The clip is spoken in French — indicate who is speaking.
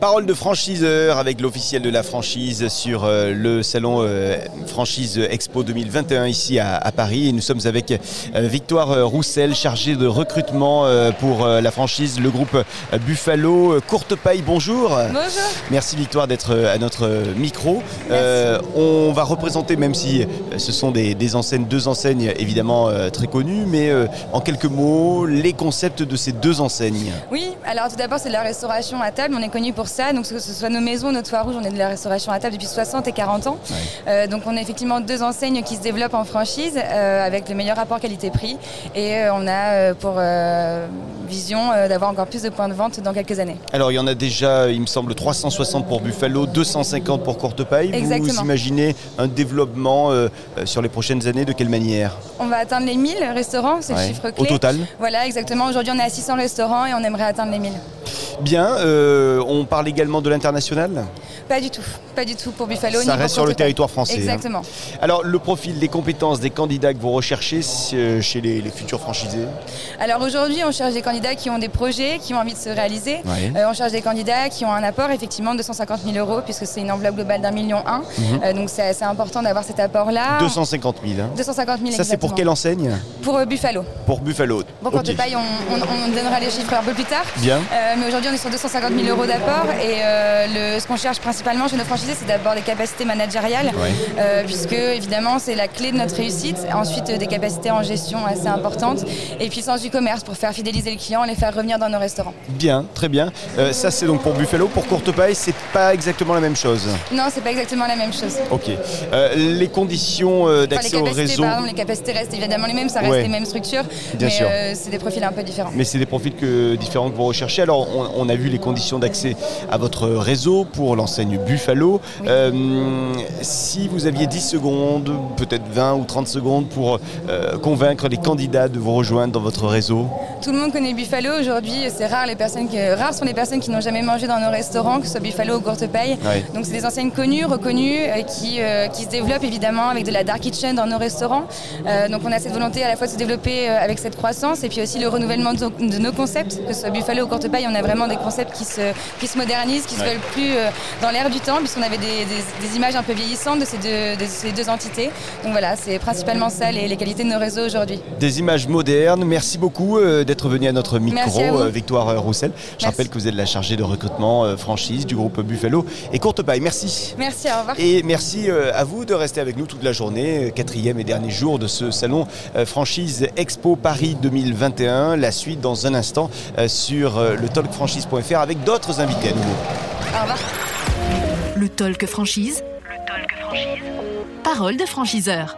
Speaker 1: Parole de franchiseur avec l'officiel de la franchise sur euh, le salon euh, Franchise Expo 2021 ici à, à Paris. Et nous sommes avec euh, Victoire euh, Roussel, chargée de recrutement euh, pour euh, la franchise, le groupe euh, Buffalo. Euh, Courte paille, bonjour.
Speaker 2: Bonjour.
Speaker 1: Merci Victoire d'être euh, à notre euh, micro. Euh, on va représenter, même si euh, ce sont des, des enseignes, deux enseignes évidemment euh, très connues, mais euh, en quelques mots, les concepts de ces deux enseignes.
Speaker 2: Oui, alors tout d'abord, c'est de la restauration à table. On est connu pour ça. Donc, que ce soit nos maisons, nos toits rouges, on est de la restauration à table depuis 60 et 40 ans. Euh, donc, on a effectivement deux enseignes qui se développent en franchise euh, avec le meilleur rapport qualité-prix. Et euh, on a euh, pour euh, vision euh, d'avoir encore plus de points de vente dans quelques années.
Speaker 1: Alors, il y en a déjà, il me semble, 360 pour Buffalo, 250 pour Courte Paille. Vous
Speaker 2: Exactement.
Speaker 1: imaginez un développement euh, euh, sur les prochaines années de quelle manière
Speaker 2: On va atteindre les 1000 restaurants, c'est
Speaker 1: Ouais.
Speaker 2: le chiffre clé.
Speaker 1: Au total
Speaker 2: Voilà, exactement. Aujourd'hui, on est à 600 restaurants et on aimerait atteindre les 1000.
Speaker 1: Bien, euh, on parle également de l'international
Speaker 2: Pas du tout. Pas du tout pour Buffalo. ni
Speaker 1: Ça
Speaker 2: pour
Speaker 1: reste sur le
Speaker 2: Courte Paille.
Speaker 1: territoire français. hein.
Speaker 2: Exactement.
Speaker 1: Alors, le profil, les compétences des candidats que vous recherchez euh, chez les, les futurs franchisés
Speaker 2: Alors aujourd'hui, on cherche des candidats qui ont des projets, qui ont envie de se réaliser. Euh, on cherche des candidats qui ont un apport effectivement de 150 000 euros puisque c'est une enveloppe globale d'un million un.
Speaker 1: Mhm.
Speaker 2: Euh, donc c'est assez important d'avoir cet apport-là.
Speaker 1: 250 000. hein.
Speaker 2: 250 000
Speaker 1: Ça, c'est pour
Speaker 2: Ah. exactement.
Speaker 1: quelle enseigne
Speaker 2: Pour euh, Buffalo.
Speaker 1: Pour Buffalo.
Speaker 2: Bon, quand
Speaker 1: Ok.
Speaker 2: tu payes, on, on- on donnera les chiffres un peu plus tard.
Speaker 1: Bien.
Speaker 2: Euh, mais aujourd'hui, on est sur 250 000 euros d'apport et euh, le- ce qu'on cherche principalement chez nos franchisés, c'est d'abord des capacités managériales,
Speaker 1: Ouais.
Speaker 2: euh, puisque évidemment, c'est la clé de notre réussite. Ensuite, euh, des capacités en gestion assez importantes et puissance du commerce pour faire fidéliser le client, les faire revenir dans nos restaurants.
Speaker 1: Bien, très bien. Euh, ça, c'est donc pour Buffalo. Pour Courte Paille, c'est pas exactement la même chose.
Speaker 2: Non, c'est pas exactement la même chose.
Speaker 1: Ok. Euh, les conditions euh,
Speaker 2: Enfin, les
Speaker 1: d'accès au
Speaker 2: capacités,
Speaker 1: réseau.
Speaker 2: pardon, les capacités restent évidemment les mêmes, ça reste
Speaker 1: Ouais.
Speaker 2: les mêmes structures,
Speaker 1: Bien
Speaker 2: mais
Speaker 1: sûr.
Speaker 2: euh, c'est des profils un peu différents.
Speaker 1: Mais c'est des profils que, différents que vous recherchez. Alors, on, on a vu les conditions d'accès à votre réseau pour l'enseigne Buffalo.
Speaker 2: Oui.
Speaker 1: Euh, si vous aviez 10 secondes, peut-être 20 ou 30 secondes pour euh, convaincre les candidats de vous rejoindre dans votre réseau.
Speaker 2: Tout le monde connaît Buffalo aujourd'hui, c'est rare les personnes que, rares sont les personnes qui n'ont jamais mangé dans nos restaurants, que ce soit Buffalo ou Courte Paille.
Speaker 1: Ouais.
Speaker 2: Donc c'est des enseignes connues, reconnues, euh, qui, euh, qui se développent évidemment avec de la dark kitchen dans nos restaurants. Euh, donc on a cette volonté à la fois de se développer euh, avec cette croissance et puis aussi le renouvellement de, de nos concepts, que ce soit Buffalo ou Courte Paille, on a vraiment des concepts qui se, qui se modernisent, qui se
Speaker 1: Ouais.
Speaker 2: veulent plus euh, dans l'air du temps, puisqu'on avait des, des- des images un peu vieillissantes de ces deux, de ces deux entités. Donc voilà, c'est principalement ça les- les qualités de nos réseaux aujourd'hui.
Speaker 1: Des images modernes. Merci beaucoup euh, d'être venu à notre micro,
Speaker 2: Merci à vous.
Speaker 1: euh, Victoire euh, Roussel. Je
Speaker 2: Merci.
Speaker 1: rappelle que vous êtes la chargée de recrutement euh, franchise du groupe Buffalo et Courte Paille. Merci.
Speaker 2: Merci, au revoir.
Speaker 1: Et merci euh, à vous de rester avec nous toute la journée, euh, quatrième et dernier jour de ce salon euh, franchise Expo Paris 2021. La suite dans un instant euh, sur euh, le talkfranchise.fr avec d'autres invités à nouveau.
Speaker 2: Au revoir.
Speaker 3: Le talk franchise. Parole de franchiseur.